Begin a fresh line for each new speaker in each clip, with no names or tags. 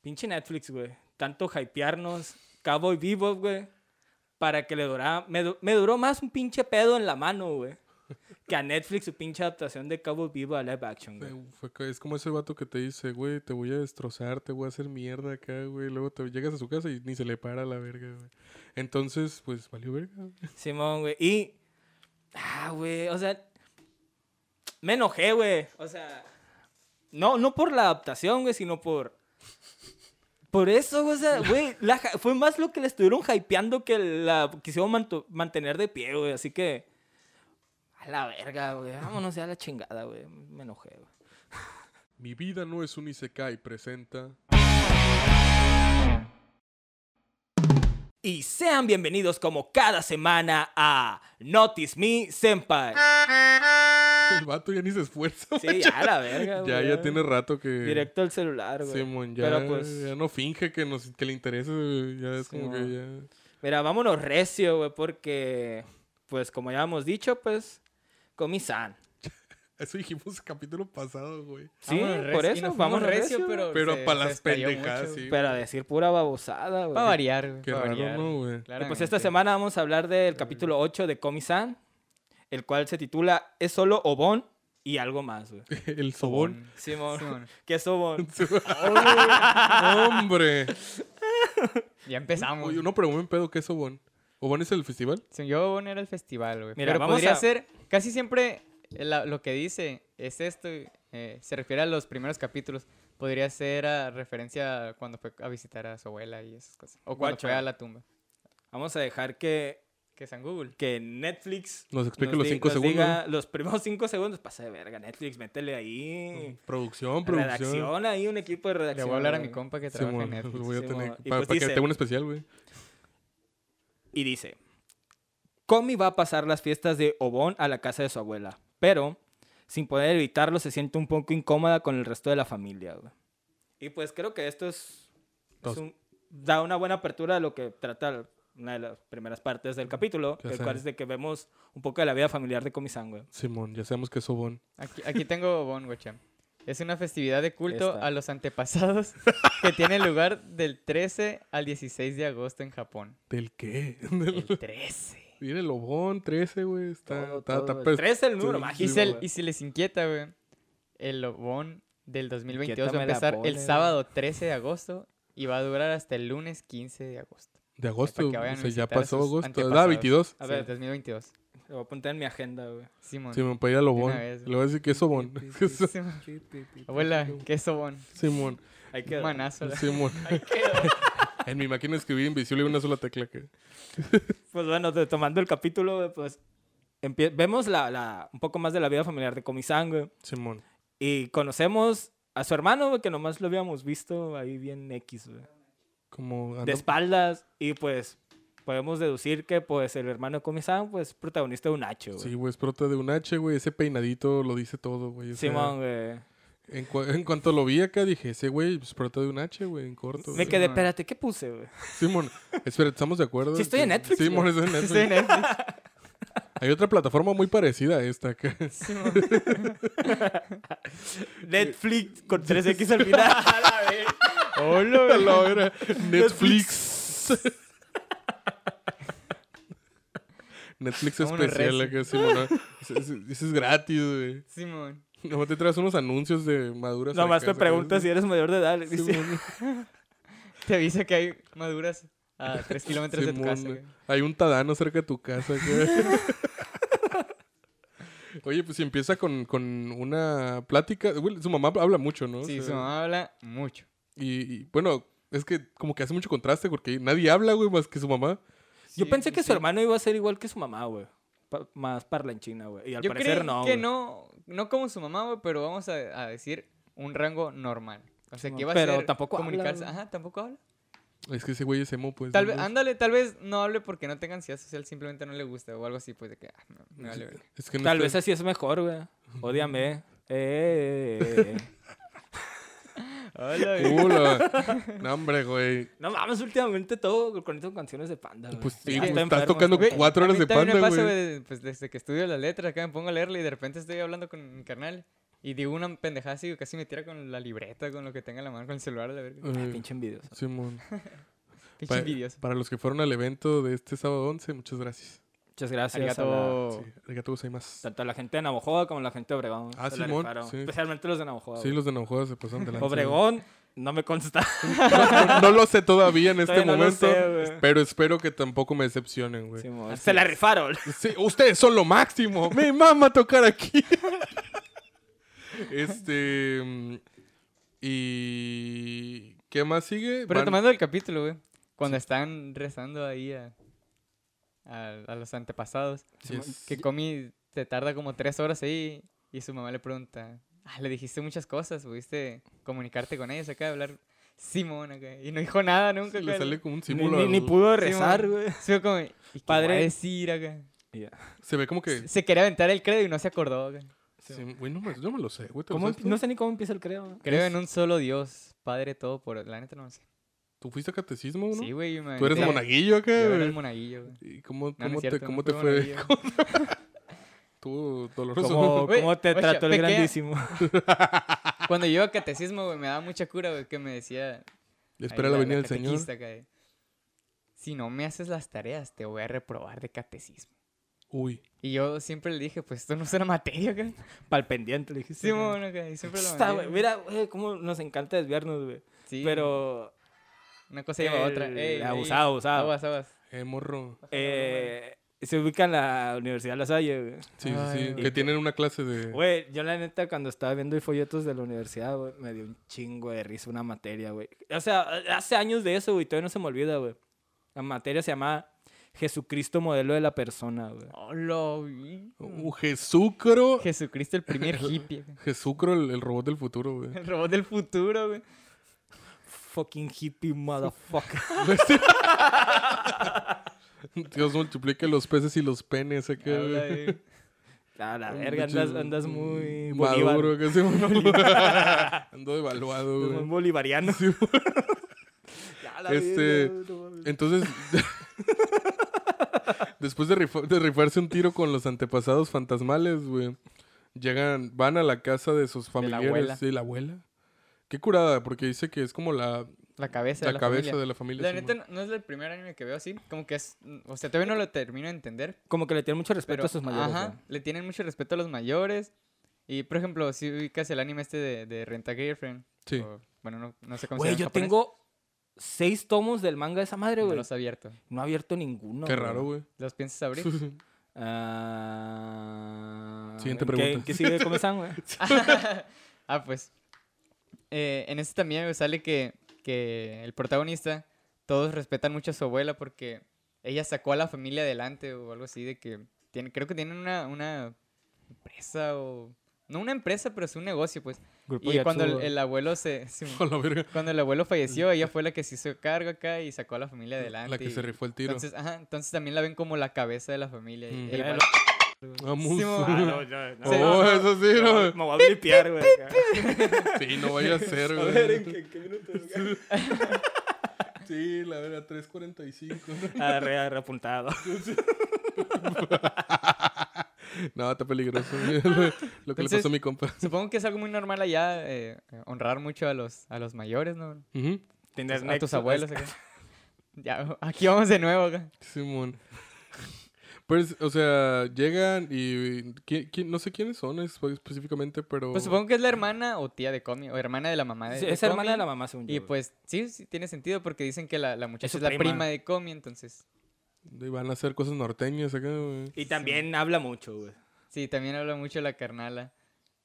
Pinche Netflix, güey. Tanto hypearnos, Cowboy Bebop, güey. Para que le durara... Me, du- me duró más un pinche pedo en la mano, güey. Que a Netflix su pinche adaptación de Cowboy Bebop a live action, güey.
Fue- fue que- es como ese vato que te dice, güey, te voy a destrozar, te voy a hacer mierda acá, güey. Luego te llegas a su casa y ni se le para la verga, güey. Entonces, pues valió verga.
Simón, güey. Y... Ah, güey. O sea... Me enojé, güey. O sea... No, no por la adaptación, güey, sino por... Por eso, o sea, güey, la ja- fue más lo que le estuvieron hypeando que la quisieron manto- mantener de pie, güey. Así que... A la verga, güey. Vámonos ya a la chingada, güey. Me enojé, güey.
Mi vida no es un Isekai, presenta.
Y sean bienvenidos como cada semana a Notice Me Senpai.
El vato ya ni se esfuerza.
Sí, ya la verga, güey.
Ya, ya tiene rato que.
Directo al celular, güey.
Simón, ya,
Pero pues...
ya no finge que, nos, que le interese, güey. ya es como que ya...
Mira, vámonos recio, güey, porque, pues, como ya hemos dicho, pues, Comi-san.
Eso dijimos el capítulo pasado, güey.
Sí,
Vámonos recio.
por
Y
eso,
nos fuimos
vamos recio, pero...
pero
Pero
Pues, se-
para
se
las
estalló
pendejadas,
mucho,
sí.
Pero a decir pura babosada, güey.
Para variar, güey.
Qué
pa'
raro,
variar.
¿no, güey?
Y, Pues
Claramente.
esta semana vamos a hablar del capítulo 8 de Comi-san, el cual se titula Es solo Obon y algo más, güey.
El sobón.
Simón,
Simón.
¿qué es Obon?
¡Hombre!
Ya empezamos.
Oye, uno pregunta en pedo, ¿qué es sobón? ¿Obón es el festival?
Según Yo bueno, era el festival, güey.
Mira,
Pero
vamos
podría
a-
ser... Casi siempre eh, la- lo que dice es esto. eh, se refiere a los primeros capítulos. Podría ser a referencia a cuando fue a visitar a su abuela y esas cosas. O cuando
Guacha.
fue a la tumba.
Vamos a dejar que,
Que es en Google.
que Netflix...
Nos explique
nos
los
di-
cinco
nos
segundos.
diga los primeros 5 segundos. Pasa de verga, Netflix, métele ahí...
Producción, producción.
Redacción, ahí un equipo de redacción.
Le voy a hablar a mi
güey.
compa que trabaja en
Simón,
Netflix.
voy a
Simón.
tener...
Y
Para
pues
que
dice-
tenga un especial, güey.
y dice, Comi va a pasar las fiestas de Obon a la casa de su abuela, pero sin poder evitarlo se siente un poco incómoda con el resto de la familia. güey. Y pues creo que esto es, es
Dos.
un- da una buena apertura de lo que trata una de las primeras partes del capítulo,
Ya
el
sé.
cual es de que vemos un poco de la vida familiar de Comi-san, güey.
Simón, ya sabemos que es sobón.
Aquí, aquí tengo Bon Guacham. Es una festividad de culto
Esta.
a los antepasados que tiene lugar del 13 al 16 de agosto en Japón.
¿Del qué?
El 13.
Mira, el obón 13, güey. Está...
Todo,
está- está
todo.
pes-
Tres es el número
pues, sí,
Y,
mágico.
sí,
se-
güey.
y si les inquieta, güey, el Bon del 2022 va a
Inquiétame la
empezar
pole,
el
güey.
sábado 13 de agosto y va a durar hasta el lunes 15 de agosto.
De agosto.
que vayan
O
a
sea, ya
visitar a
pasó
sus
agosto. Ah,
antepasados.
22.
A
A
ver.
ver, 2022.
Lo voy a apuntar en mi agenda, güey.
Simón.
Simón, para ir a Lobón.
una vez,
Le voy a decir que es Sobón.
Simón. Abuela, ¿qué es Bon?
Simón.
Hay que...
Un manazo. la-
Simón. En mi máquina escribí invisible una sola tecla que.
Pues bueno, de- tomando el capítulo, güey, pues empie- vemos la, la- un poco más de la vida familiar de Comisán, güey.
Simón.
Y conocemos a su hermano, güey, que nomás lo habíamos visto ahí bien X, güey.
Como ah,
De
anda-
espaldas. Y pues podemos deducir que pues el hermano de Comisán, pues protagonista de un hacho, güey.
Sí, güey, es prota de un H, güey. Ese peinadito lo dice todo, güey. o sea,
Simón, güey.
En, cua- en cuanto lo vi acá dije, ese güey es prota de un H, güey, en corto.
Me
güey.
quedé,
Simón.
espérate, ¿qué puse, güey?
Simón, espera, ¿estamos de acuerdo?
Sí, estoy en Netflix,
Simón,
güey.
estoy en Netflix.
Estoy en Netflix.
Hay otra plataforma muy parecida a esta acá.
Simón.
Netflix con 3X al final.
Hola,
A
güey.
la hora, Netflix. Netflix
Vámonos,
especial
recio.
acá, Simón. ¿no? Ese- ese- ese es gratis, güey.
Simón.
Nomás te traes unos anuncios de maduras.
Nomás te
acá, ¿sabes?
preguntas si eres mayor de edad. le dice.
Simón,
Te avisa que hay maduras a 3 kilómetros de tu
Simón,
casa.
güey.
güey.
Hay un tadano cerca de tu casa. güey. Oye, pues si empieza con, con una plática. güey, su mamá habla mucho, ¿no? O
Sí,
sea,
su mamá habla mucho.
Y, y, bueno, es que como que hace mucho contraste porque nadie habla, güey, más que su mamá.
Yo
Sí,
pensé que
sí.
su hermano iba a ser igual que su mamá, güey. Pa- más parlanchina, güey. Y al
Yo
parecer
creo
no.
que
güey.
no, no como su mamá, güey, pero vamos a, a decir un rango normal. O sea, que va a
Pero
ser
tampoco habla,
comunicarse.
güey.
Ajá, tampoco habla.
Es que ese güey es emo, pues.
Tal
¿no?
vez, ándale, tal vez no hable porque no tenga ansiedad social, simplemente no le gusta o algo así, pues de que, ah, no, me vale verga.
Es que no
Tal
está-
vez así es mejor, güey. Ódiame. Eh, eh, eh, eh.
Hola, güey.
Hola. No, hombre, güey.
No mames, últimamente todo conecto canciones de panda. güey.
Pues sí,
Ya
pues,
está
estás
enfermo,
tocando
güey.
cuatro
a
horas de
mí también me
Panda,
pasa,
güey.
güey, Pues desde que estudio las letras, acá me pongo a leerla y de repente estoy hablando con mi carnal Y digo una pendejada así, casi me tira con la libreta, con lo que tenga en la mano, con el celular, la verga.
Ah,
Eh,
pinche envidioso.
Simón.
Pinche
Pa-
envidioso.
para los que fueron al evento de este sábado 11, muchas gracias.
Muchas gracias a la-
Arigato.
Sí, arigato gozaimasu.
tanto a la gente de Navajoa como a la gente de Obregón.
Ah,
Se la
Simón,
rifaron.
sí.
Especialmente los de Navajoa.
Sí,
güey.
los de Navajo se pasaron de lanza.
Obregón, no me consta.
No, no- no lo sé todavía en este
Todavía no lo
momento,
sé, güey.
pero espero que tampoco me decepcionen, güey.
Simón,
Así
se la
es.
rifaron.
Sí, ustedes son lo máximo. Me mama tocar aquí. este. mm, ¿Y qué más sigue?
Pero
Van-
tomando el capítulo, güey. Cuando están rezando ahí a, a- a los antepasados.
Yes.
Que Comi se tarda como tres horas ahí y su mamá le pregunta, ah, le dijiste muchas cosas, pudiste comunicarte con ellos acá, hablar Simón acá. Y no dijo nada nunca.
Le
acá,
sale como un
Ni,
símbolo.
ni-
al-
ni pudo
Simón.
rezar, güey.
Sí, fue como, ¿y qué voy a
Padre.
decir acá?
Se ve como que.
Se quería aventar el credo y no se acordó. acá.
sí, güey, no me, yo me lo sé, güey. ¿te lo
¿Cómo
sabes
empi-
tú?
no sé ni cómo empieza el creo.
Creo en un solo Dios, Padre todo por... La neta no lo sé.
¿Tú fuiste a catecismo, no?
Sí, güey. yo me
Tú eres
aventé-
monaguillo acá,
Yo era
güey.
el monaguillo, güey.
¿Y cómo,
No, no
cómo
es
te,
cierto,
cómo
no
te
fui
fue?
monaguillo.
Tú, doloroso.
¿Cómo,
Güey,
cómo te
oye,
trató el
pequeña-
grandísimo?
Cuando yo a catecismo, güey, me daba mucha cura, güey, que me decía...
Espera
ahí
la venida del Señor.
catequista acá de, Si no me haces las tareas, te voy a reprobar de catecismo.
Uy.
Y yo siempre le dije, pues esto no es una materia, acá.
Pal pendiente, le dijiste.
Sí, bueno, acá, y siempre lo
Está,
mandé,
güey. Mira, güey, cómo nos encanta desviarnos, güey.
Sí,
Pero.
Una cosa lleva a otra.
el-
Ey, ey,
abusado, abusado.
Aguas, aguas.
Eh, morro.
eh, se ubica en la Universidad La Salle, güey.
Sí, sí, sí.
Ay,
Que tienen una clase de.
Güey, yo la neta cuando estaba viendo folletos de la universidad, güey, me dio un chingo de risa una materia, güey. O sea, hace años de eso, güey, todavía no se me olvida, güey. La materia se llamaba Jesucristo modelo de la persona, güey.
Hola, güey.
Uh, Jesucro.
Jesucristo, el primer hippie. acá.
Jesucro, el, el robot del futuro, güey.
El robot del futuro, güey.
Fucking hippie motherfucker.
Dios multiplique los peces y los penes acá.
Habla
güey.
de-
A la verga,
Pinche
andas, andas muy
maduro,
bolívar,
que se me- Ando
andas
evaluado,
muy
güey.
bolivariano. A la
Este,
verga, no mames.
Entonces, después de, rifa- de rifarse un tiro con los antepasados fantasmales, güey, llegan, van a la casa de sus
la
familiares.
abuela.
Sí, la abuela. Qué curada, porque dice que es como la,
La cabeza
la
de la
cabeza
familia.
de la familia.
La
Simón.
neta, no- no es el primer anime que veo así. Como que es... O sea, todavía no lo termino de entender,
Como que le tienen mucho respeto
pero,
a sus mayores,
ajá,
güey.
le tienen mucho respeto a los mayores. Y, por ejemplo, si ubicas el anime este de, de Renta Girlfriend.
Sí.
o- bueno, no, no sé cómo
Güey,
se llama. en
yo
japonés,
tengo seis tomos del manga de esa madre,
No
güey.
los he abierto.
No he abierto ninguno.
Qué
güey.
raro, güey.
¿Los piensas abrir?
Ah,
Siguiente
¿qué-
pregunta.
¿Qué, sigue? ¿Cómo están, güey?
ah, pues. Eh, en este también me sale que, que el protagonista, todos respetan mucho a su abuela porque ella sacó a la familia adelante o algo así de que... Tiene, creo que tienen una, una empresa o... No una empresa, pero es un negocio, pues.
Grupo
Y
Yatsu,
cuando el,
güey.
el abuelo se... se-
A la verga.
Cuando el abuelo falleció, ella fue la que se hizo cargo acá y sacó a la familia adelante.
La que
y-
se rifó el tiro.
entonces, ajá, entonces también la ven como la cabeza de la familia. y
Mm.
el
Era
vato-
Vamos.
Sí, mo-
Ah, no, no, no.
Oh,
Sí, no, no.
eso sí, no.
Me voy a blipear, güey. acá.
Sí, no vaya a ser,
A
güey.
ver, ¿en qué, qué minuto? güey?
Sí, la verdad, 3.45.
Arre, arre, apuntado.
No, está peligroso. güey. Lo que le
Entonces-
pasó a mi compa.
Supongo que es algo muy normal allá eh, honrar mucho a los, a los mayores, ¿no? Pues,
Ujú.
Tener
a tus
nexo,
abuelos acá. Ya, aquí vamos de nuevo acá.
Simón. Pues, o sea, llegan y. ¿quién- quién- no sé quiénes son espe- específicamente, pero.
Pues supongo que es la hermana o tía de Comi, o hermana de la mamá de,
Uh. Sí,
de
Ah, es hermana
Comi,
de la mamá, según yo.
Y
güey.
pues sí, sí, tiene sentido porque dicen que la, la muchacha
su
es, la
prima.
prima de Comi, entonces
Y Van a hacer cosas norteñas acá, güey.
Y también habla mucho, güey.
sí, también habla mucho la carnala.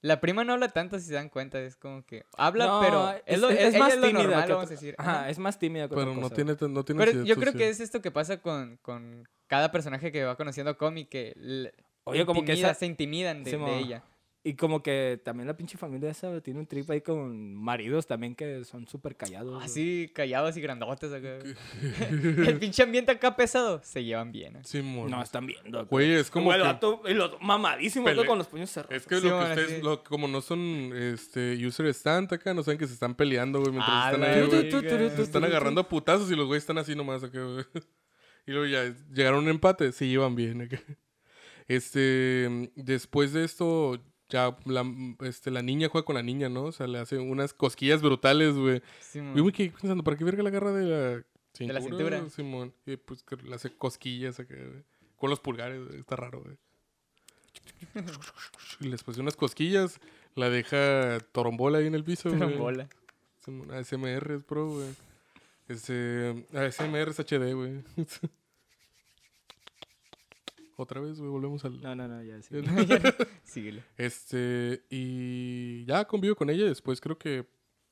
La prima no habla tanto, si se dan cuenta, es como que habla,
No,
pero es, lo, es- ella es lo normal,
que
vamos a
otra-
decir.
Ajá,
Ajá.
es más tímida que otra
Pero no
cosa,
tiene, tan- no tiene.
Pero
ansiedad
yo creo
social.
que es esto que pasa con, con cada personaje que va conociendo Comi, que l-
Oye, como que
intimida-
esa-
se intimidan de,
Sí,
de
mo.
ella.
güey. Y como que también la pinche familia esa güey, tiene un trip ahí con maridos también que son súper callados. güey.
Así callados y grandotes acá. El pinche ambiente acá pesado, se llevan bien.
Simón.
No, están viendo. acá.
Güey, es como.
Como el
que-
vato, el otro mamadísimo,
Pele-
vato con los puños cerrados.
Es que lo
Simón,
que
así
ustedes,
es.
lo- como no son este, user stand acá, no saben que se están peleando, güey, mientras
Ah,
están
la
ahí, güey.
verga.
Se están agarrando a putazos y los güeyes están así nomás acá, güey. Y luego ya llegaron a un empate, se llevan bien acá. Este, después de esto ya la, este, la niña juega con la niña, ¿no? O sea, le hace unas cosquillas brutales, güey.
Simón.
Y me quedé pensando, ¿para qué verga la garra de la cintura?
la cintura.
Simón. Y pues que le hace cosquillas acá, güey. Con los pulgares, güey. Está raro, güey. Y les puse unas cosquillas. La deja torombola ahí en el piso, güey.
Trombola.
Simón, ASMR es pro, güey. Este, ASMR es HD, güey. Otra vez, güey, volvemos al...
No, no, no, ya sí.
el-
Síguele.
este, y ya convivo con ella. Después creo que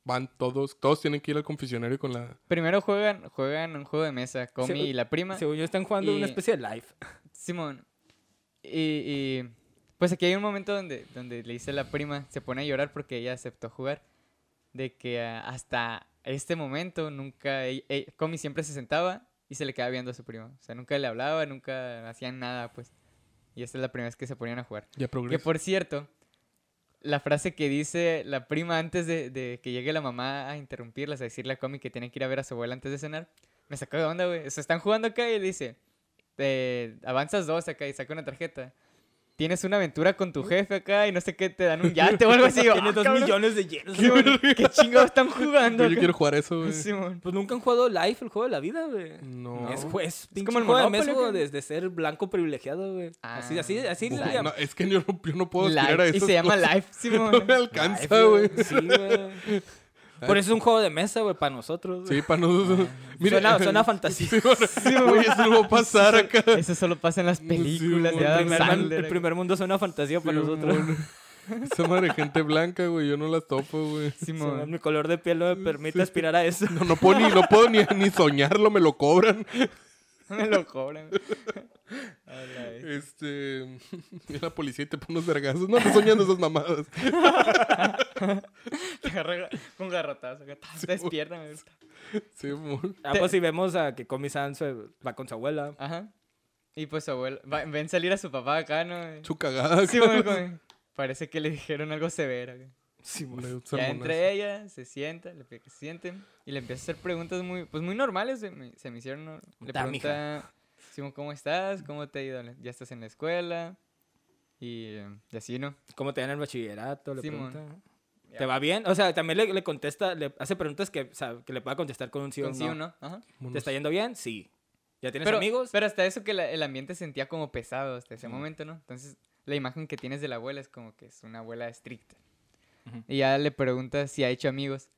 van todos, todos tienen que ir al confesionario con la.
Primero juegan, juegan un juego de mesa, Comi
Según-
y la prima.
Según yo están jugando una
Y-
especie de live.
Simón. Y, y, pues aquí hay un momento donde, donde le dice la prima, se pone a llorar porque ella aceptó jugar, de que ah, hasta este momento nunca, e- e- Comi siempre se sentaba y se le quedaba viendo a su prima. O sea, nunca le hablaba, nunca hacían nada, pues. Y esta es la primera vez que se ponían a jugar.
Ya
Que
progresa.
por cierto, la frase que dice la prima antes de, de que llegue la mamá a interrumpirlas, a decirle a Comi que tiene que ir a ver a su abuela antes de cenar, me sacó de onda, güey. O sea, están jugando acá y dice, eh, avanzas dos acá y saca una tarjeta. Tienes una aventura con tu jefe acá y no sé qué, te dan un yate o algo así. Yo,
Tiene
"Ah,
dos
cabrón,
millones de yenes.
Simón, ¿Qué chingados están jugando?
Yo, yo
acá?"
quiero jugar eso, güey.
Simón.
Pues nunca han jugado live el juego de la vida, güey.
No.
Es, jue- es pinche
como el
juego de
Monopoly,
mesa,
¿o qué?
güey, desde ser blanco privilegiado, güey.
Ah.
así, así, así.
Bu-
le
Live.
llaman.
no, es que yo no, yo no puedo aspirar a
Life.
eso.
Y se llama Life,
No
Simón.
me alcanza,
Live,
güey.
Sí, güey. Por eso es un juego de mesa, güey, para nosotros. güey.
Sí, para nosotros. Mira,
suena, suena fantasía.
Sí, güey, güey, eso no va a pasar
Eso-
acá.
Eso solo pasa en las
Sí,
películas
güey.
El
de Adam
primer,
Sandler.
el primer mundo suena fantasía para
Sí,
nosotros.
mono. Esa madre de gente blanca, güey, yo no las topo, güey.
Simón.
Sí, mi color de piel no me permite aspirar a eso.
No, no puedo, ni, no puedo ni, ni soñarlo, me lo cobran.
Me lo cobran. A la vez.
Este. Y la policía y te pone unos vergazos. No, te soñando esas mamadas.
Te agarra con garrotazo. que ta- Te despiertan. güey.
Sí, mon.
Ah,
Te-
pues si vemos a que Comi Sans eh, va con su abuela.
Ajá. Y pues su abuelo. va- ven salir a su papá acá, ¿no?
Su cagada.
Sí, bueno, como- Parece que le dijeron algo severo. güey.
Sí, pues,
cabrón. Le-
Ya
salmonazo.
entre ella, se sienta, le pide que se sienten. Y le empieza a hacer preguntas muy, pues muy normales. Se me, se me hicieron. ¿no? Le
Ta,
pregunta: Simón, ¿cómo estás? ¿Cómo te ha ido? ¿Ya estás en la escuela? Y, eh, y así, ¿no?
¿Cómo te dan el bachillerato? Le
Simón.
pregunta.
Ya.
¿Te va bien? O sea, también le, le contesta, le hace preguntas que, o sea, que le pueda contestar con un sí o
Con
un
sí o
no.
no. Ajá.
¿Te está yendo bien? Sí. ¿Ya tienes
pero,
amigos?
Pero hasta eso que la- el ambiente sentía como pesado hasta ese
Ujú.
momento, ¿no? Entonces, la imagen que tienes de la abuela es como que es una abuela estricta.
Ujú.
Y ya le preguntas si ha hecho amigos.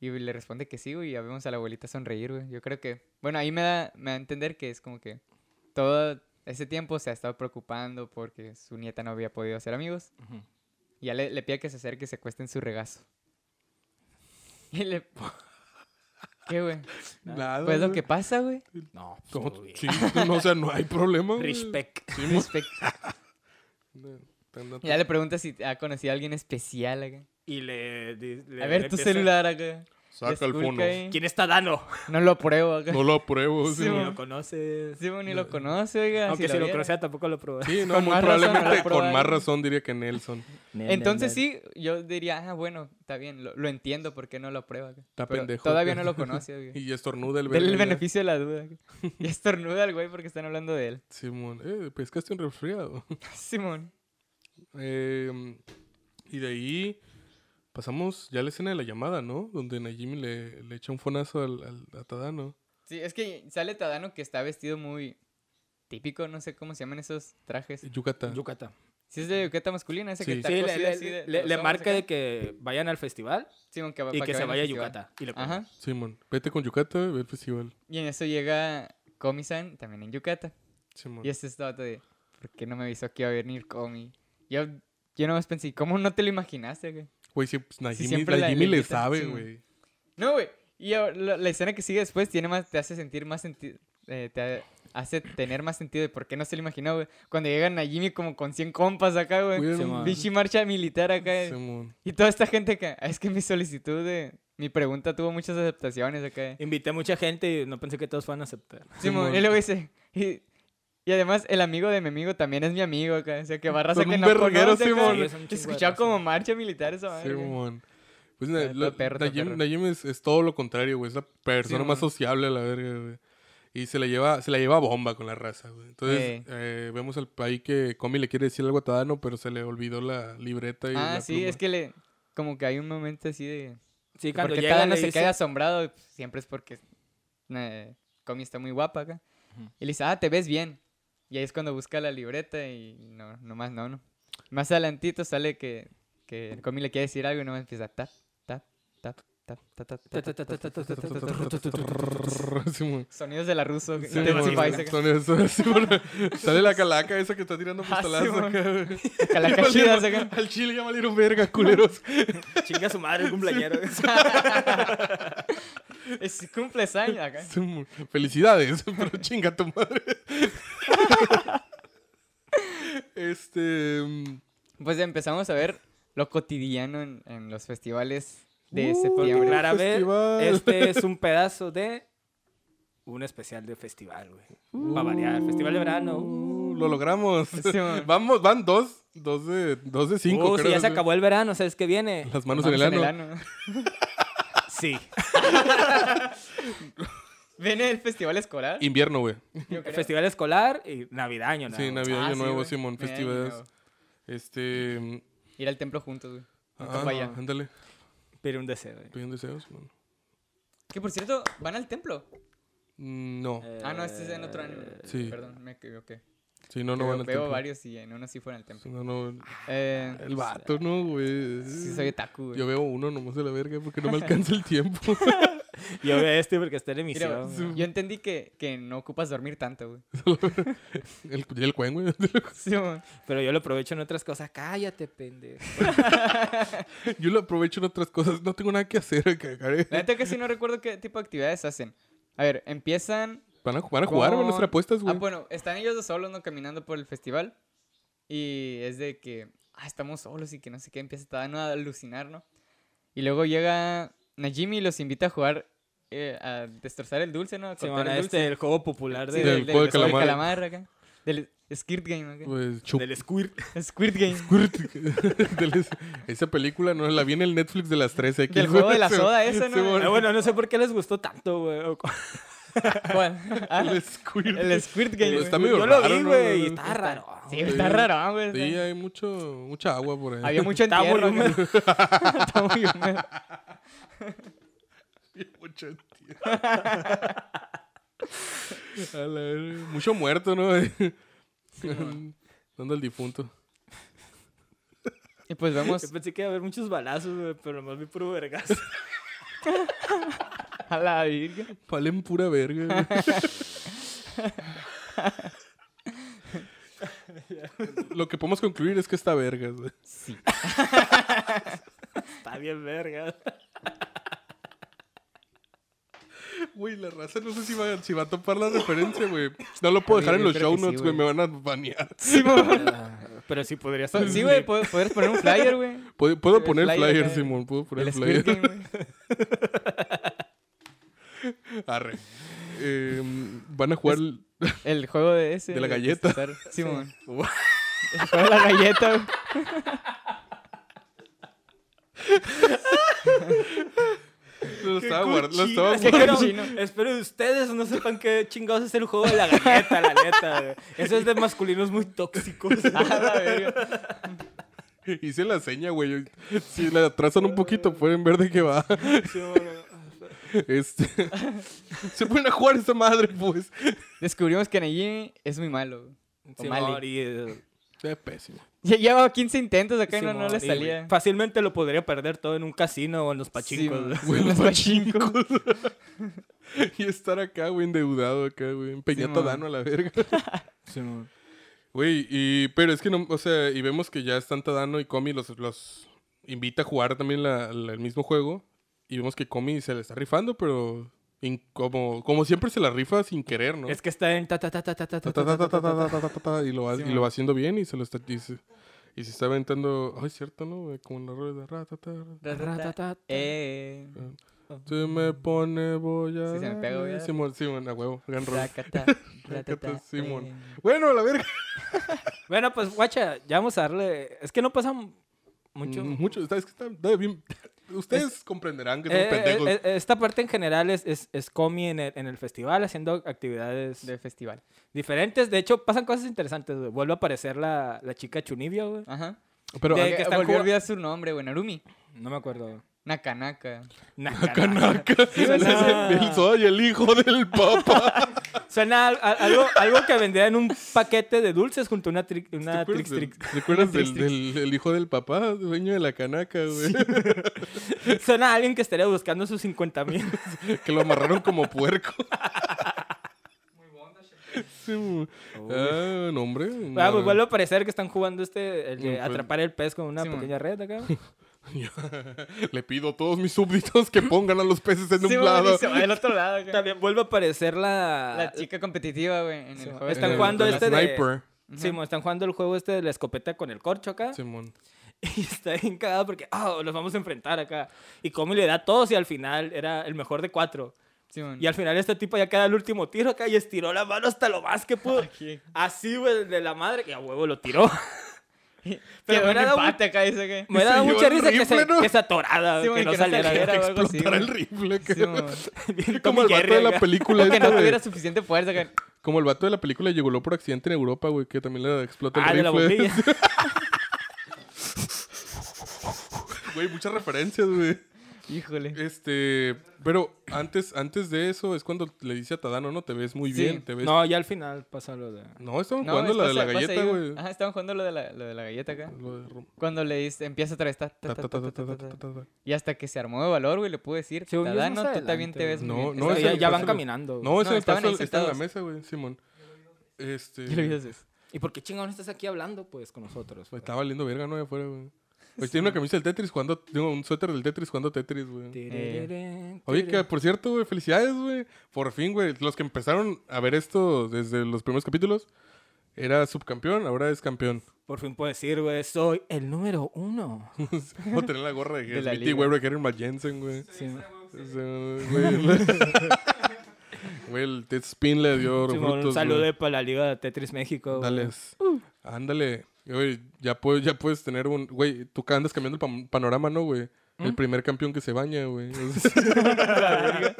Y le responde que sí, güey. Y ya vemos a la abuelita sonreír, güey. Yo creo que. Bueno, ahí me da, me da a entender que es como que todo ese tiempo se ha estado preocupando porque su nieta no había podido hacer amigos.
Ujú.
Y ya le, le pide que se acerque y se cueste en su regazo. Y le. ¿Qué, güey?
Nada.
Pues lo
güey.
que pasa, güey.
No, pues,
No,
todo bien.
sí, no, o sea, no hay problema. güey.
Respect.
Sí, mon.
Respect-
No, te ando-
Ya le preguntas si ha conocido a alguien especial acá.
Y le, di- le-
a ver
le
tu
empieza-
celular acá.
Saca el
Disculpa
fono.
ahí.
¿Quién está Dano?
No lo apruebo acá.
No lo apruebo.
Sí,
Sí,
Ni
mon.
mon.
lo conoces.
Sí, bueno, ni lo conoce, oiga.
Aunque si lo
viera.
conocía tampoco lo probé.
Sí, no,
Con
muy
más razón, no
probablemente
lo
con más
probaron.
razón diría que Nelson.
Entonces sí, yo diría, ah, bueno, está bien, lo, lo entiendo porque no lo aprueba acá.
Está
Pero
pendejo.
Todavía
acá.
no lo conoce, oiga.
Y estornuda el
Dele el
verga.
beneficio de la duda. acá. Y estornuda al güey porque están hablando de él.
Simón, eh, pescaste un resfriado.
Simón.
Eh, y de ahí pasamos ya a la escena de la llamada, ¿no? Donde Najimi le, le echa un fonazo al, al- a Tadano.
Sí, es que sale Tadano que está vestido muy típico, no sé cómo se llaman esos trajes.
Yucata.
Yucatán.
Si es de yuqueta masculina, ese que
Sí.
está
Sí, le,
cosida
le-
así de-
le-
de los
le
hombros
marca
acá.
de que vayan al festival
Simón, que va-
y
para
que se
vayan al
vaya a
festival.
Yucatán. Y le ponen.
Ajá.
Simón, vete con Yucata, ve al festival.
Y en eso llega Comi-san, también en Yucata.
Simón.
Y este es todo de, ¿por qué no me avisó que iba a venir Comi? Yo, yo nomás pensé, ¿cómo no te lo imaginaste, güey?
Güey, sí, pues Najimi,
siempre la-
Najimi
le
le,
invitan,
sabe,
Simón.
güey.
No, güey. Y ahora, la, la escena que sigue después tiene más, te hace sentir más sentido. te ha- hace tener más sentido de por qué no se lo imaginó, güey. Cuando llegan a Jimmy como con 100 compas acá, güey.
Güey,
Simón.
Bichi marcha militar acá.
Simón.
Y toda esta gente acá. Es que mi solicitud de. Mi pregunta tuvo muchas aceptaciones acá.
Invité a mucha gente y no pensé que todos fueran a aceptar.
Simón,
Simón.
y luego dice. Y, y además, el amigo de mi amigo también es mi amigo acá. O sea, que barras
Son
que
un
no
verguero,
conoce acá.
Simón.
Sí, es un chingo de
Escuchaba
raza.
como marcha militar esa madre, güey.
Simón. Pues
Está- está
na- la-
perro, está
Najimi
perro.
Najimi es, es todo lo contrario, güey. Es la persona
Simón.
más sociable a la verga, güey. Y se la lleva, se la lleva a bomba con la raza, güey. Entonces,
Ey.
eh, vemos al país que Comi le quiere decir algo a Tadano, pero se le olvidó la libreta y
Ah,
la
sí,
pluma.
es que le. Como que hay un momento así de.
Sí, cuando
Porque
llega
cada no
le
se
dice-
queda asombrado, pues, siempre es porque eh, Comi está muy guapa acá. Y le dice, ah, te ves bien. Y ahí es cuando busca la libreta y no, nomás no, no. Más adelantito sale que, que Comi le quiere decir algo y nomás empieza tap, tap, tap, tap, tap, tap, tap, tap, tap, tap, tap, tap, tap, tap.
Sí, güey.
Sonidos de la ruso.
Sí, güey,
Intensifies acá.
con eso, sí, güey. Sale la calaca esa que está tirando
Ah, sí,
pistolazos
güey.
acá, güey.
Acá la
Ya
cachida,
valieron-
acá.
Al chile ya valieron verga, culeros.
Chinga su madre, el cumpleañero.
Es cumples años acá.
Sí, güey. Felicidades, pero chinga tu madre. este. mm,
Pues empezamos a ver lo cotidiano en, en los festivales de
Uh,
septiembre.
claro.
Rara vez,
Festival.
este es un pedazo de un especial de festival, güey.
Uh.
Va a variar, festival de verano.
uh, lo logramos.
Sí, güey.
Vamos, van dos. Dos de, dos de cinco.
Uh, si
creo,
ya se
sí.
acabó el verano, ¿sabes qué viene?
Las manos, en el ano.
Sí.
¿Viene el festival escolar?
Invierno, güey.
Yo creo.
Festival escolar y navidaño, ¿no?
Sí, Navidad,
Ah,
Año
sí,
Nuevo,
güey.
Simón,
Navidad, Año
festividades.
Nuevo.
Este. mm,
Ir al templo juntos, güey. Nunca
Ah,
falla.
ándale.
Pero un deseo, güey.
Pidiendo deseos. bueno.
Que por cierto, van al templo.
Mm, No.
Ah, no, este es en otro anime.
Eh,
sí.
Perdón, me equivoqué.
Sí, no, no
Que
van al
veo
templo.
varios y en uno sí fueron al
Sí,
templo.
No, no.
Eh,
El vato, no, güey.
sí, soy otaku, güey.
Yo veo uno nomás de la verga porque no me alcanza el tiempo.
Yo veo este porque está en
Mira,
emisión. güey.
yo entendí que, que no ocupas dormir tanto, güey.
el, y el cuen, güey.
Sí, güey.
Pero yo lo aprovecho en otras cosas. Cállate, pendejo.
Yo lo aprovecho en otras cosas. No tengo nada que hacer. acá, eh. cara.
La neta que sí no recuerdo qué tipo de actividades hacen. A ver, empiezan
Van a, van a jugar, van a hacer
Con-
apuestas,
Ah,
güey.
bueno, están ellos dos solos, ¿no? Caminando por el festival. Y es de que, ah, estamos solos y que no sé qué, empieza Tadano a alucinar, ¿no? Y luego llega Najimi y los invita a jugar, eh, a destrozar el dulce, ¿no? A
Sí,
cortar
bueno,
el dulce.
este el juego popular
Sí,
de-
Del
del,
juego de
juego
calamar.
acá. Del Squirt Game, acá.
Pues, chup.
Squirt.
Squirt Game.
Del- Esa película no la vi en el Netflix de las 13 aquí.
Del juego de la soda esa, ¿no?
Ah, bueno, no sé por qué les gustó tanto, güey. O-
¿Cuál? Ah,
El squirt.
el Squirt Game.
Está
güey.
medio
Yo lo
raro,
vi,
¿no?
güey, y está raro.
Sí, está raro, güey.
Sí,
está-
hay mucho, mucha agua por ahí.
Había mucho
Está muy
entierro. acá.
húmedo.
Está muy húmedo.
mucho, tío. A la verga. Mucho muerto, ¿no? Dando el difunto.
Y pues
Yo
vemos
pensé que iba a haber muchos balazos, güey, pero nomás vi puro vergazo.
a la virgen.
Valen pura verga. güey. Lo que podemos concluir es que está vergas. güey.
Sí.
Está bien verga.
Güey, la raza no sé si va, si va a topar la referencia, güey. No lo puedo dejar en
Yo
los
creo
show
que sí,
notes, güey.
güey.
Me van a banear.
Sí, mamá.
Pero sí pues, podría
Pa-
ser.
Sí, güey, po- podrías poner un flyer, güey.
Puedo, puedo
El
poner
flyer
flyer,
acá.
Simón. Puedo poner
El
flyer.
Squid Game, güey.
Arre. Eh, van a jugar. el-
El juego de ese.
De la
güey,
galleta.
estar- Sí, mon.
Guau.
El juego de la galleta, güey.
Lo estaba guardando. Lo
Cochino.
estaba
Es que
guardando.
creo-
cochino.
espero que ustedes no sepan qué chingados es el juego de la galleta, la neta. güey. Eso es de masculinos muy tóxicos. Ah,
A la verga.
Hice la seña, güey. Si la atrasan un poquito, pueden ver de qué va.
Sí, bueno.
Este. Se ponen a jugar esa madre, pues.
Descubrimos que Najimi es muy malo. güey.
Sí,
Mali.
amor, y, eh,
Es pésimo.
Ya llevaba 15 intentos acá y no, no
Simón,
le
y
salía.
Fácilmente lo podría perder todo en un casino o en los pachincos.
Sí, mon. Los pachincos.
Y estar acá, güey, endeudado acá, güey. Empeñado
Simón.
Dano a la verga.
Sí, mon.
Güey, y. Pero es que no. O sea, y vemos que ya están Tadano y Comi los, los invita a jugar también la- la- el mismo juego. Y vemos que Comi se le está rifando, pero. in- como, como siempre se la rifa sin querer, ¿no?
Es que está en ta ta ta ta ta ta
Ta,
ta
ta,
ta,
ta, ta,
ta, ta,
ta, ta, ta, ta, ta, y lo va,
Sí,
y lo va haciendo bien y se lo está y se, y se está aventando ay cierto no güey? como en la rueda ra, ta, ta, ra.
Ra, ra, ra,
ta.
Eh.
se me pone voy a
Mm. Sí, se me pega, voy a
darle. Simón Simón a huevo gran rola.
Racata, ratata,
Sí, mon.
eh.
bueno a la verga
Bueno, pues, guacha, ya vamos a darle. Es que no pasa m- mucho.
Mm, mucho está, es que está, está bien Ustedes comprenderán que son
Eh, eh,
pendejos.
eh, eh, esta parte en general es, es, es Comi en el, en el festival haciendo actividades
de festival.
diferentes. De hecho, pasan cosas interesantes, güey. Vuelve a aparecer la, la chica Chunibio, güey.
Ajá.
eh,
Pero
de-
ah,
que
Que
está
volvió a
jug-
olvidar su nombre, güey. Narumi.
No me acuerdo. güey.
Nakanaka.
Naka, naka.
que-
suena-
el soy el hijo del papá.
Suena al- al- algo, algo que vendía en un paquete de dulces junto a una, tri-
¿Te
una
acuerdas,
Trix
del,
Trix.
te acuerdas del,
Trix, trix.
del- del hijo del papá, dueño de la canaca, güey?
Suena a alguien que estaría buscando sus 50 mil.
que lo amarraron como puerco. Sí, mu- ah, no, hombre.
Ah,
no.
pues vuelve a parecer que están jugando este, el de
Mm, pues-
atrapar el pez con una
Sí, man.
pequeña red acá.
Le pido a todos mis súbditos que pongan a los peces en
Sí,
un
güey,
lado.
y se va del otro lado. güey.
También vuelve a aparecer la...
La chica competitiva, güey, en
Sí,
el
mo-
juego.
están
En el-
jugando
en el
este de-
Sniper.
Sí, mo, están jugando el juego este de la escopeta con el corcho acá.
Simón.
Y está bien cagado porque, ah, los vamos a enfrentar acá. Y Comi le da a todos y al final era el mejor de cuatro.
Sí, man.
Y al final este tipo ya queda el último tiro acá y estiró la mano hasta lo más que pudo.
Aquí.
Así, güey, de la madre. Y a huevo lo tiró.
Pero
me
un
hubiera dado
empate acá, dice que.
Me da
se llevó
mucha
el
risa que, se,
rifle, ¿no?
que se atorada,
Sí,
güey, que no
bueno, que no
saliera.
saliera.
Que
Era algo así,
explotara el
güey.
rifle. que-
Sí, man.
Bien
como el
Tom y
vato de
Jerry
la
acá.
película.
que
esta
no
de-
tuviera suficiente fuerza. Que...
Como el vato de la película llegó por accidente en Europa, güey, que también le explota el
Ah, de la
rifle.
bombilla.
Güey, muchas referencias, güey.
Híjole.
Este, pero antes, antes de eso es cuando le dice a Tadano, no, te ves muy
Sí.
bien, te ves... No,
No, ya al final pasa lo de...
estaban
No,
jugando
es
la de la
pasa- pasa
galleta,
ahí, Ah.
güey.
Ajá, estaban jugando lo de la, lo de la galleta acá.
Lo de Rom-
Cuando le dice, empieza otra vez. ta, ta,
ta,
ta,
ta, ta, ta,
ta, ta, ta,
ta,
ta.
ta, ta.
Y hasta que se armó de valor, güey, le pude decir,
Según yo es
Tadano,
más
tú también te
adelante,
ves
güey.
muy
No,
bien.
O sea,
ese-
ya, ya
ese-
van caminando. güey.
No, ese
No,
me
estaban
pasó-
ahí
está en la
sentados.
mesa, güey, Simón. Este,
¿Qué le dices?
¿Y por qué chingón estás aquí hablando, pues, con nosotros?
me
güey?
estaba valiendo verga, no, allá afuera, güey. Pues tiene una camisa del Tetris jugando, digo, un suéter del Tetris jugando Tetris, güey.
Eh, Tiririrín,
Oye, que
tirirín.
por cierto, güey, felicidades, güey. Por fin, güey, los que empezaron a ver esto desde los primeros capítulos, era subcampeón, ahora es campeón.
Por fin puedo decir, güey, soy el número uno.
O tener la gorra de,
De la
Smithy,
liga.
güey, Henry Jensen, güey.
Sí, mo-
O sea, Güey, Güey, el Ted Spin le dio
sí, mo,
frutos.
un
güey.
saludo para la Liga de Tetris México. güey.
Dale.
Mm.
Ándale. Güey, ya puedes, ya puedes tener un... Güey, tú ca- andas cambiando el pam- panorama, ¿no, güey?
Mm.
El primer campeón que se baña, güey. O sea,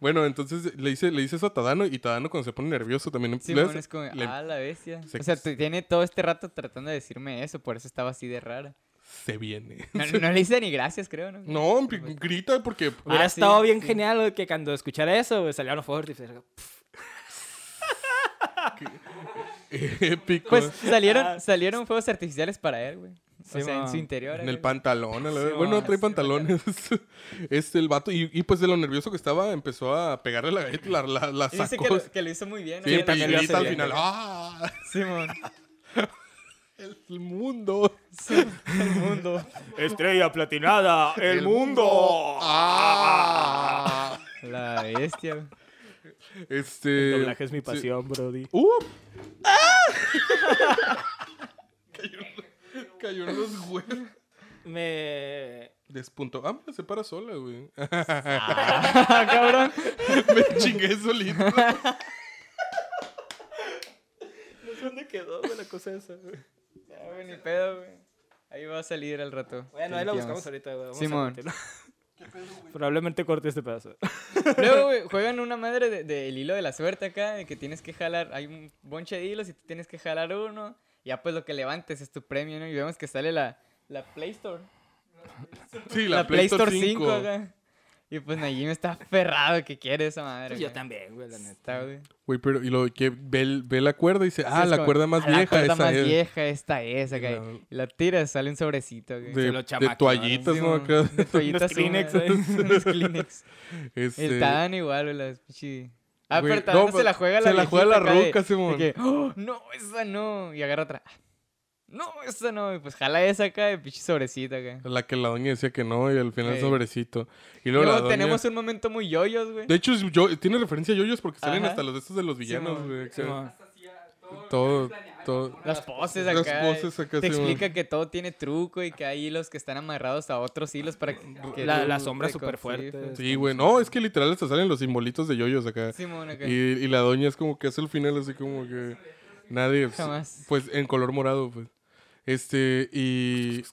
bueno, entonces le dice, le dice eso a Tadano y Tadano cuando se pone nervioso también...
Sí,
le
man,
hace-
es como,
le-
ah, la bestia.
se-
O sea, t- tiene todo este rato tratando de decirme eso, por eso estaba así de rara.
Se viene.
No, no le hice ni gracias, creo, ¿no?
No, pi- grita porque...
Hubiera
Ah, sí,
estado bien
sí.
genial güey, que cuando escuchara eso, güey, saliera una foto y se
Épico.
Pues salieron,
Ah.
salieron fuegos artificiales para él, güey. O
Sí,
sea, en
man.
su interior.
En
güey.
el pantalón, a la vez.
Sí,
bueno,
ma,
trae
sí,
pantalones. este, el vato. Y, y, pues de lo nervioso que estaba, empezó a pegarle la galleta, la, la, la
Y dice
sacó.
que lo, que lo hizo muy bien.
Sí,
¿no?
y
también lo hace
grita al
bien, ¿eh?
final.
güey.
¡Ah!
Simón.
El mundo.
Sí, el mundo.
Estrella platinada, el,
¡Ah!
La bestia, güey.
Este.
El doblaje es mi
sí.
pasión, Brody.
¡Uh! Ah. Cayó en los huevos.
Me.
Despuntó. Ah, mira, se para sola, güey.
Ah, cabrón.
Me chingué solito.
¿Dónde quedó, güey, la cosa esa?
Ya, güey, ni pedo, güey. Ahí va a salir al rato.
Bueno, ahí la buscamos
Limpiamos.
ahorita, güey. Vamos a
Simón.
continuar. Probablemente corte este pedazo.
Luego, güey, juegan una madre del de, del hilo de la suerte acá, de que tienes que jalar, hay un bonche de hilos y tú tienes que jalar uno. Ya pues lo que levantes es tu premio, ¿no? Y vemos que sale la, la Play Store.
Sí, la, Play Store 5.
acá. Y pues Najim está aferrado que quiere esa madre.
Pues Yo
güey.
también, güey, la neta.
Está, güey.
Güey, pero y lo que ve, el- ve la cuerda y dice, ah,
es
la
como,
cuerda más
"Ah,
vieja,
La cuerda
esa
más
es".
vieja, esta es, acá.
la-
Y la tiras, sale un sobrecito, güey.
De,
lo
de
chamaquearon.
toallitas,
Sí,
¿no?
un-
Acá.
de toallitas
Unos Kleenex,
húmedas,
¿eh?
unos Kleenex.
Este,
El Tadano igual, güey, la pinche- Ah,
Güey,
pero Tadano
no, pues,
se la juega la
se la juega
viejita
la
acá de-
ruca, Simón.
de que, "Oh, no, esa no. Y agarra otra. "Ah, No, esa no. Y pues jala esa acá de pinche sobrecita acá.
La que la doña decía que no y al final
Ey.
sobrecito. Y luego,
Luego
la doña...
tenemos un momento muy yoyos, güey.
De hecho, es yo- tiene referencia a yoyos porque salen
Ajá.
hasta los de estos de los villanos,
Simón.
güey.
Sí,
acá.
mo.
todo, todo.
Las poses
Las
acá.
poses acá,
Te
sí,
explica que todo tiene truco y que hay hilos que están amarrados a otros hilos para que... que
La-
tú
la sombra
te
súper fuerte.
confíes.
Sí, güey. No, es que literal hasta salen los simbolitos de yoyos acá.
Simón, acá.
Y, y la doña es como que hace el final así como que... Nadie...
Jamás.
Pues en color morado, pues. Este, y.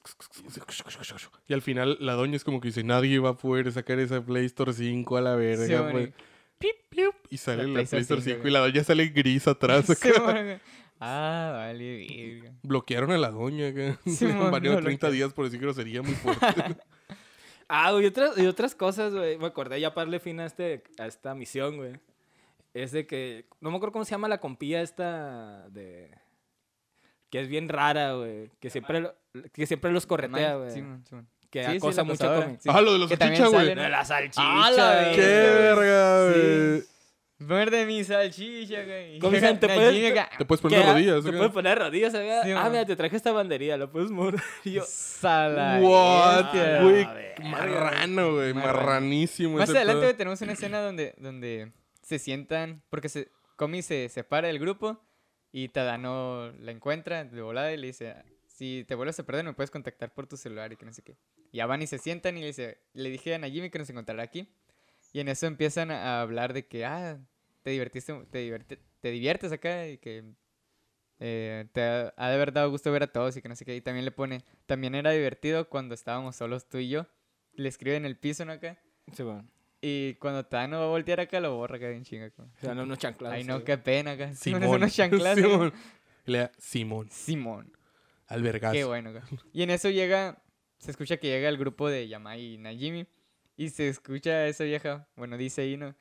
Y al final la doña es como que dice: Nadie va a poder sacar esa Play Store 5 a la verga.
Sí,
pues".
güey.
Piu, piu, y sale la, Play Store 5 y
güey.
la doña sale gris atrás.
Sí,
acá.
güey. ah, vale, virga.
Bloquearon eh, a la doña. acá.
Sí,
Le
mon,
banearon 30
lo bloquearon.
días por decir grosería muy fuerte.
Ah, güey, y otras, y otras cosas, güey. Me acordé ya para darle fin a, este, a esta misión, güey. Es de que. No me acuerdo cómo se llama la compilla esta de. Que es bien rara, güey. Que siempre, lo- que siempre los corretea,
Man,
güey.
sí, mon, sí, mon.
que
Sí, sí,
acosa
la
mucho
acosadora,
con-
sí.
Ah, lo de los
Que también
salchicha, güey.
sale, ¿no?
De la salchicha,
¡A la
güey.
¡Qué verga, güey!
Verde mi salchicha, güey.
¿Cómo dicen? ¿Te
Una
puedes-
gina acá.
Te puedes poner
Que,
de rodillas.
Te
acá.
puedes poner de rodillas, acá.
Sí,
ah,
man.
mira, te traje esta banderilla, la puedes morder. Y yo, "Ah,
Sala.
What,
bestia.
güey.
A ver,
Marrano, güey.
Marrano.
Marranísimo.
Más
ese
adelante
pedo.
güey, tenemos una escena donde, donde se sientan, porque se, Comi se separa del grupo y Tadano la encuentra de volada y le dice, si te vuelves a perder me puedes contactar por tu celular y que no sé qué. Ya van y se sientan y le dice, le dije a Najimi que nos encontrará aquí. Y en eso empiezan a hablar de que, ah, te divertiste, te, divierte- te diviertes acá y que eh, te ha, ha de haber dado gusto ver a todos y que no sé qué. Y también le pone, también era divertido cuando estábamos solos tú y yo. Le escribe en el piso, ¿no? Acá.
Sí, bueno.
Y cuando Tano va a voltear acá, lo borra acá bien chinga. como,
O sea, no, no chanclados.
Ay,
sí,
no,
güey.
qué pena acá. Simón.
Simón.
unos chanclas, ¿eh? ¿no?
Simón. Le da Simón.
Simón.
Albergazo.
Qué bueno. acá. Y en eso llega, se escucha que llega el grupo de Yamai y Najimi. Y se escucha eso vieja. Bueno, dice ahí, ¿no?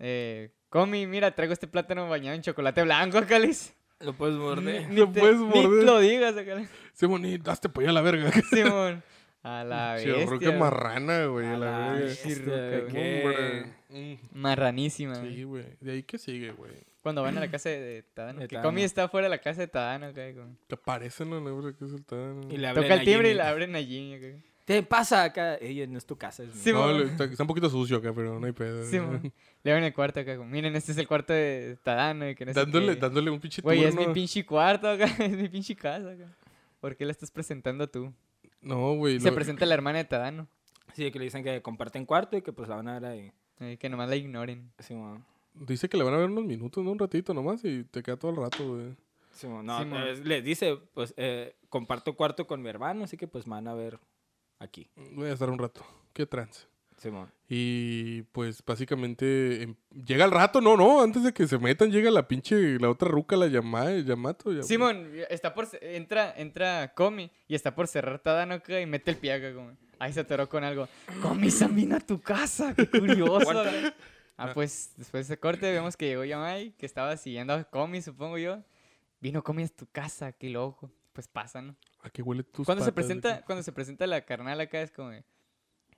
Eh, Comi, mira, traigo este plátano bañado en chocolate blanco, acá, Liz.
Lo puedes morder.
Ni
Lo
te-
puedes
ni
morder.
lo digas, acá. Liz.
Simón, y hazte pollo a la verga.
Simón. A la
Che, ruca
bestia. güey.
marrana, güey. A la verga.
bestia,
bestia,
ruca,
Ah, güey.
Hombre. Mm.
Marranísima.
Sí,
güey.
güey. De ahí que sigue, güey.
Cuando van a la casa de, de Tadano.
De
que
Tadano.
Comi está fuera de la casa de Tadano, acá. como,
Te aparecen la nebra que es el tan.
Y le abren
Toca el
a
timbre y
Jimmy.
la abren a Jimmy. acá.
Te pasa acá. Ella no es tu casa. Es mi-
Sí,
No,
Simón.
le- está, está un poquito sucio acá, pero no hay pedo.
Sí, mon. Le abren el cuarto acá. como, Miren, este es el cuarto de Tadano. Y que no sé
dándole,
qué".
dándole un pinche
Güey, es mi
turno.
pinche cuarto acá. Es mi pinche casa acá. ¿Por qué la estás presentando tú?
No, güey.
Se
lo-
presenta la hermana de Tadano.
Sí, que le dicen que comparten cuarto y que pues la van a ver ahí.
eh, que nomás la ignoren.
Simón.
Dice que le van a ver unos minutos, ¿no? Un ratito nomás y te queda todo el rato, güey.
Simón. No,
Simón.
es- les dice, pues eh, comparto cuarto con mi hermano, así que pues me van a ver aquí.
Voy a estar un rato. Qué trance.
Simón.
Y pues básicamente em- llega el rato, no, no, antes de que se metan llega la pinche, la otra ruca, la llamada, Yamato. ya-
Simón, está por, ce- entra, entra Comi y está por cerrar Tadano acá y mete el pie acá. Como. Ahí se atoró con algo. Comi se vino a tu casa. Qué curioso. acá. Ah, pues después de ese corte vemos que llegó Yamai, que estaba siguiendo a Comi, supongo yo. Vino Comi a tu casa, qué loco. Pues pasa, ¿no?
¿A qué huele tus
Cuando se,
patas?
presenta, cuando se presenta la carnal acá es como... de,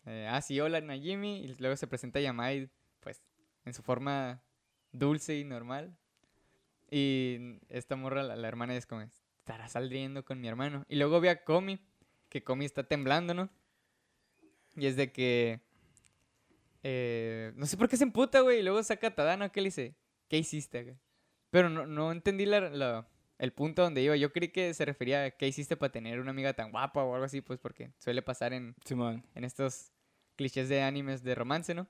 eh, ah, sí, hola, Najimi. Y luego se presenta Yamai, pues, en su forma dulce y normal. Y esta morra, la, la hermana, es como... Estará saliendo con mi hermano. Y luego ve a Komi, que Komi está temblando, ¿no? Y es de que... eh, no sé por qué se emputa, güey. Y luego saca a Tadano, que le dice... ¿Qué hiciste acá? Pero no, no entendí la- la, el punto donde iba. Yo creí que se refería a qué hiciste para tener una amiga tan guapa o algo así, pues porque suele pasar en,
Simón.
en estos clichés de animes de romance, ¿no?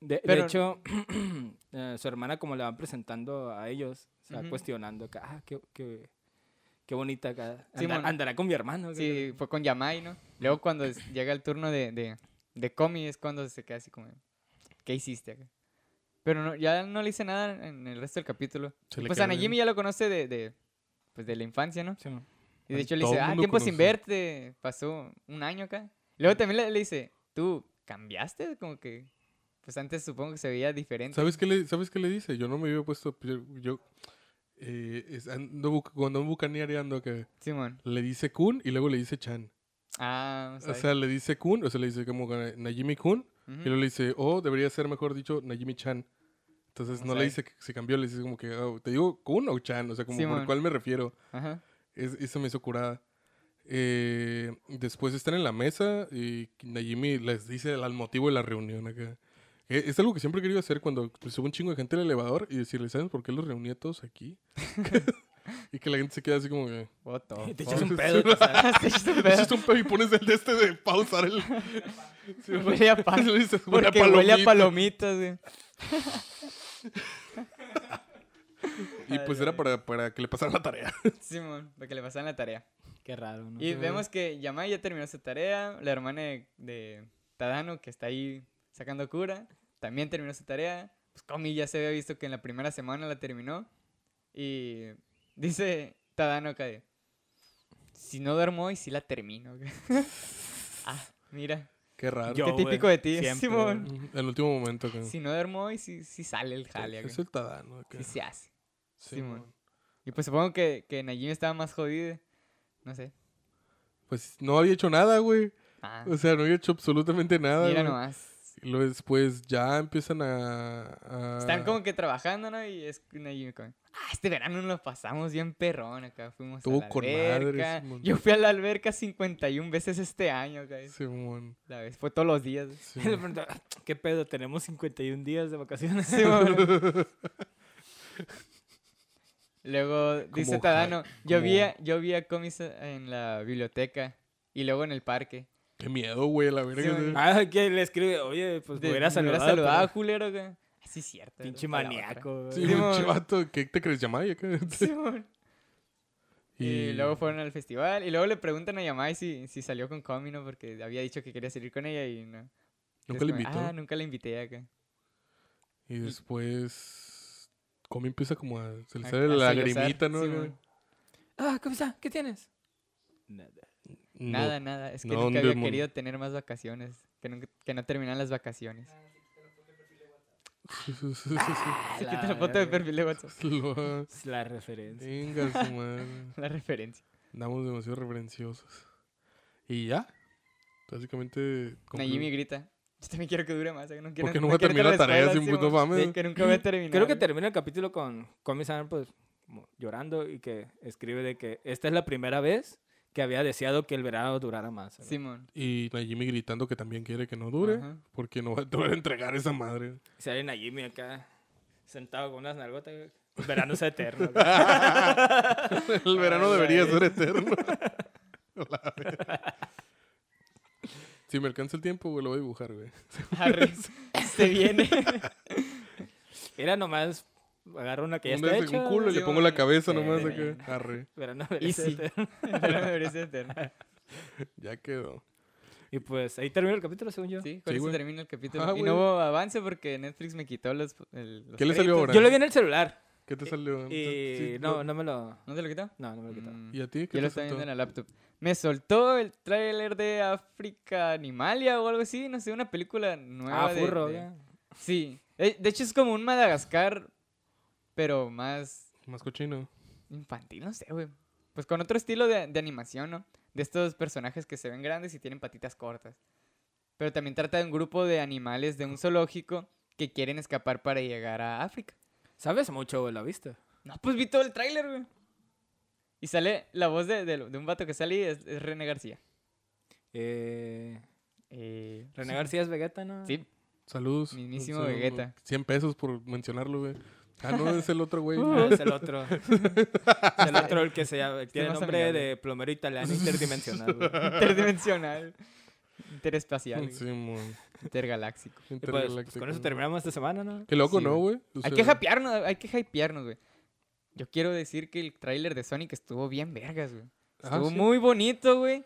De, de
Pero-
hecho, eh, su hermana como le van presentando a ellos, o sea,
Ujú.
cuestionando acá, ah, qué, qué, qué bonita acá. Andar-
Simón.
andará con mi hermano. acá.
Sí, fue con Yamai, ¿no? Luego cuando es- llega el turno de, de, de Komi es cuando se queda así como, ¿qué hiciste acá? Pero no- ya no le hice nada en el resto del capítulo.
Se le
Pues
cae
a Najimi
bien.
ya lo conoce de, de, pues, de la infancia, ¿no?
Simón.
Y de
Ay,
hecho le
todo
dice,
el
ah,
mundo
tiempo sin
conoce".
verte. Pasó un año acá. Luego también le, le dice, ¿tú cambiaste? Como que, pues antes supongo que se veía diferente.
¿Sabes qué, le, ¿Sabes qué le dice? Yo no me había puesto, yo, yo, eh, es- ando bu- cuando ando bucaneando que
Simón.
le dice Kun y luego le dice Chan.
Ah, o
O
sea,
sea, le dice Kun, o sea, le dice como que Najimi Kun
ujú.
y luego le dice, oh, debería ser mejor dicho Najimi Chan. Entonces
O
no
sea,
le dice que se cambió, le dice como que, "Oh, te digo Kun o Chan, o sea, como por
Simón.
cuál me refiero.
Ajá.
Es, eso me hizo curada. Eh, después están en la mesa y Najimi les dice el, el motivo de la reunión acá. Eh, Es algo que siempre he querido hacer cuando se sube un chingo de gente al elevador y decirle, ¿saben por qué los reuní a todos aquí? y que la gente se queda así como que... "Pues
What the
Te
fuck.
echas un pedo. te sale.
Te echas un
"Ese
pedo.
es un pedo y pones el de este de pausar el... Sí,
Huele a pan.
le dices, "Huele a
Porque huele a
palomita".
palomitas, güey.
Y pues era para, para que le pasaran la tarea.
Simón, lo que le pasa en la tarea.
Qué raro, ¿no?
Y
Ujú.
vemos que Yamai ya terminó su tarea. La hermana de, de Tadano, que está ahí sacando cura, también terminó su tarea. Pues Komi ya se había visto que en la primera semana la terminó. Y dice Tadano acá de, Si no duermo hoy, sí la termino. ah, mira.
Qué raro.
Yo,
qué
güey,
típico de ti,
siempre,
Simón.
güey.
Ujú, El último momento. Que...
Si no duermo hoy, sí, sí sale el jale. acá.
es el Tadano. acá.
Sí se hace. Simón.
Simón.
Y pues supongo que, que Najimi estaba más jodido. No sé.
Pues no había hecho nada, güey.
Ah,
O sea, no había hecho absolutamente nada.
mira
Pues, güey.
nomás.
Y luego después ya empiezan a. a-
Están como que trabajando, ¿no? Y es una y como, ah, este verano nos lo pasamos bien perrón acá. Fuimos
Estuvo
a la
con madre,
alberca.
Simón.
Yo fui a la alberca 51 veces este año, acá.
Simón.
La vez, fue todos los días.
Y
Simón.
le preguntaba, ¿qué pedo? Tenemos 51 días de vacaciones.
Luego dice
Como
Tadano,
ja-
yo vi,
como-
a, yo vi a Comis en la biblioteca y luego en el parque.
Qué miedo, güey, la verga.
Simón.
güey.
ah, que le escribe, oye, pues me
De-
hubiera
me
saludado.
saludado,
pero
culero, güey. Ah, sí, cierto.
Pinche
era para la otra.
maníaco, güey.
Sí,
Simón.
un chivato. ¿Qué te crees, Yamai? acá?
Simón. Y luego fueron al festival. Y luego le preguntan a Yamai si, si salió con Comi, ¿no? Porque había dicho que quería salir con ella y no.
Nunca le
Entonces,
invitó.
como, Ah, nunca la invité acá.
Y después. Comi empieza como a. Se le
A-
sale
a
la
sollozar,
lagrimita, ¿no?
Simón.
Ah, Comisa, ¿qué tienes? Nada.
No,
Nada, nada. Es que
No,
nunca había
Demon.
querido tener más vacaciones. Que, nunca- que no terminan las vacaciones.
sí, pues, sí, sí, sí, sí.
Ah,
Se
la
quita la foto de
verga.
perfil de WhatsApp.
Lo-
Es La referencia.
Venga, su madre.
La referencia.
Andamos demasiado reverenciosos. Y ya. Básicamente. conclu-
Najimi grita. Yo también quiero que dure más. eh, No quiero,
Porque no voy a
quiero ir
terminar la
escuela,
tarea sin
Simón.
puto mames.
Que nunca voy a terminar.
Creo que
güey.
termina el capítulo con Comisan pues como llorando y que escribe de que esta es la primera vez que había deseado que el verano durara más. ¿no?
Simón.
Y Najimi gritando que también quiere que no dure.
Ajá.
Porque no va a poder entregar esa madre.
Y salen a Jimmy acá sentado con unas nalgotas. güey. El verano es eterno. güey.
El verano debería
güey.
ser eterno. La verga. si me alcanza el tiempo, güey, lo voy a dibujar, güey.
Arre, Se viene.
Era nomás, agarra una que ya
Un,
está
des-
hecha.
un culo y
güey.
le
sí,
pongo la
güey.
cabeza
Sí,
nomás
sí.
acá. Arre,
Verano debería ser
Easy.
eterno.
Pero me parece eterno.
ya quedó.
Y pues ahí termina el capítulo, según yo.
Sí, con eso
güey.
termina el capítulo.
Ah,
y
güey.
no hubo avance porque Netflix me quitó los. el- los
¿Qué le salió
créditos.
ahora?
Yo lo vi en el celular.
¿Qué te salió?
Y
Sí,
no, no me lo.
¿No te lo quitó?
No, no me lo quitaba.
Mm,
¿Y a ti? ¿Qué
Yo lo
te
estaba
saltó?
viendo en la laptop. Me soltó el tráiler de África Animalia o algo así, no sé, una película nueva.
Ah,
de-
furro,
de-
ya.
Sí. Eh, De hecho es como un Madagascar, pero más
Más cochino.
infantil, no sé, güey. Pues con otro estilo de, de animación, ¿no? De estos personajes que se ven grandes y tienen patitas cortas. Pero también trata de un grupo de animales de un zoológico que quieren escapar para llegar a África.
Sabes mucho, güey, la viste.
No, pues vi todo el tráiler, güey. Y sale la voz de, de- de un vato que sale y es, es René García.
Eh,
Eh,
René García es Vegeta, ¿no?
Sí,
Saludos.
Mismísimo
Saludos.
Vegeta.
100 pesos por mencionarlo, güey. Ah, no, es el otro, güey.
Ah, es el otro. es el otro el que se llama. Tiene
más
nombre
amigable.
de plomero italiano interdimensional. güey.
interdimensional. Interespacial. güey,
Sí,
pues,
mon.
Intergaláctico.
Y pues, pues,
Intergaláctico.
con eso terminamos esta semana, ¿no?
Qué loco,
Sí,
¿no, güey? O
Hay
sea,
que hypearnos, hay que hypearnos, güey. Yo quiero decir que el tráiler de Sonic estuvo bien vergas, güey.
Ah,
Estuvo
sí.
muy bonito, güey.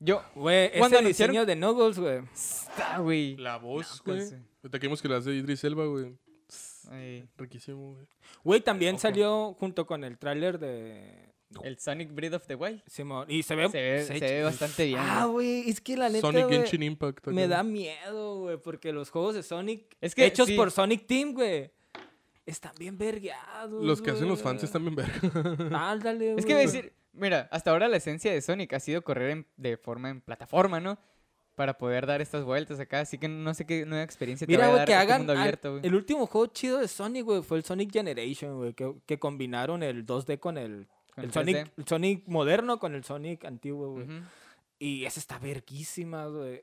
Yo...
Güey,
Cuando
ese
anunciaron-
diseño de Knuckles, güey.
Está, güey.
La voz,
No,
güey.
pues, eh, sí.
Ahorita que vimos que la hace Idris Elba, güey.
Ay,
Riquísimo, güey.
Güey, también
Ojo.
salió junto con el tráiler de.
El Sonic Breath of the Wild.
Simón. Y se ve.
Se ve, se ve bastante bien.
Ah,
güey.
güey, es que la neta.
Sonic
güey,
Genshin Impact.
Me
acá.
da miedo, güey, porque los juegos de Sonic
Es que
hechos
sí.
por Sonic Team, güey, están bien vergueados.
Los que hacen los
güey.
fans están bien verga.
Ándale,
Es
güey.
que iba a decir, mira, hasta ahora la esencia de Sonic ha sido correr en- de forma en plataforma, ¿no? Para poder dar estas vueltas acá, así que no sé qué nueva experiencia te
Mira,
va a
güey,
dar
que
este
hagan.
mundo
al-
abierto, güey.
el último juego chido de Sonic, güey, fue el Sonic Generation, güey, que, que combinaron el 2D con el.
Con
el
3D.
Sonic, el Sonic moderno con el Sonic antiguo, güey.
Ujú.
Y esa está verguísima, güey.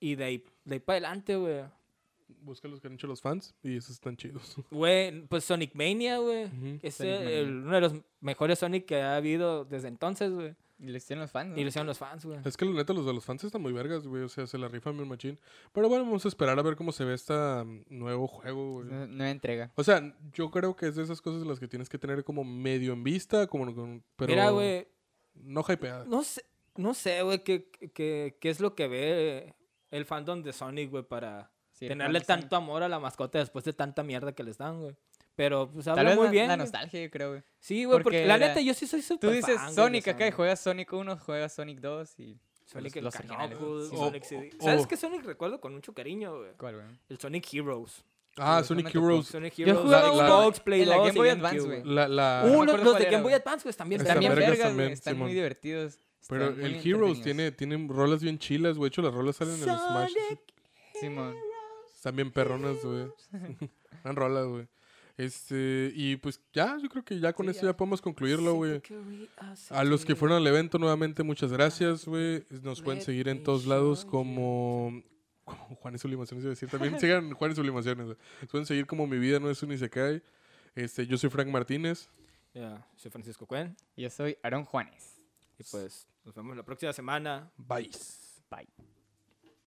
Y de ahí, de ahí para adelante, güey.
Busca los que han hecho los fans y esos están chidos.
Güey, pues Sonic Mania, güey.
Ujú.
Es
Sonic
el-
Mania.
el- uno de los mejores Sonic que ha habido desde entonces, güey.
Y lo hicieron los fans.
Y
¿no?
lo hicieron los fans, güey.
Es que la neta, los de los fans están muy vergas, güey. O sea, se la rifan bien machín. Pero bueno, vamos a esperar a ver cómo se ve este mm, nuevo juego, güey.
Nue- Pues, Nueva entrega.
O sea, yo creo que es de esas cosas las que tienes que tener como medio en vista, como... como- Pero
Mira, güey,
No hypeada.
No sé, no sé, güey, qué, qué- qué es lo que ve el fandom de Sonic, güey, para
Sí, el
tenerle
fandom de
tanto amor a la mascota después de tanta mierda que les dan, güey. Pero, pues, habla
Tal vez
muy
la,
bien.
la
güey.
nostalgia, yo creo, güey.
Sí, güey, porque,
porque
la
era-
neta yo sí soy súper
Tú dices
fan, güey, de
Sonic acá y
Sonic.
juegas Sonic 1, juegas Sonic 2 y...
Sonic el
los originales,
Knuckles,
güey.
sí.
Sonic
O-
CD.
o-
¿Sabes
o-
qué Sonic recuerdo con mucho cariño, güey?
¿Cuál, güey?
El Sonic Heroes.
Ah,
Sí,
Sonic
déjame topo.
Heroes.
Sonic
Yo
Heroes.
jugaba
la-
uno
Xbox, Play
en la
2
Game Boy
y GameCube,
Advance,
güey.
güey.
La, la,
Uh,
no me
los,
acuerdo
los
cuál
de
era,
Game Boy
güey.
Advance, güey, están bien
Están
vergas,
bien
güey.
vergas
vergas,
también,
güey. Están muy
Simón.
divertidos.
Pero
están muy
el Heroes
entretenidos.
tiene, tiene rolas bien chilas, güey. De hecho, las rolas salen en el Smash.
Sonic.
Simón.
Están bien perronas, güey. Están rolas, güey. Este, y pues ya, yo creo que ya con
Sí,
esto
ya.
ya podemos concluirlo, güey. A los que
fueron
fueron al evento, nuevamente, muchas gracias, güey. Nos pueden
Let
seguir en
me
todos lados
show you.
como, como Juan y Sublimaciones, iba a decir. También sigan Juan y Sublimaciones. güey. Nos pueden seguir como Mi Vida No Es Un Isekai. Este, yo soy Frank Martínez.
Ya, soy Francisco Cuen.
Yo soy Aaron Juanes.
Y pues nos vemos la próxima semana.
Bye.
Bye.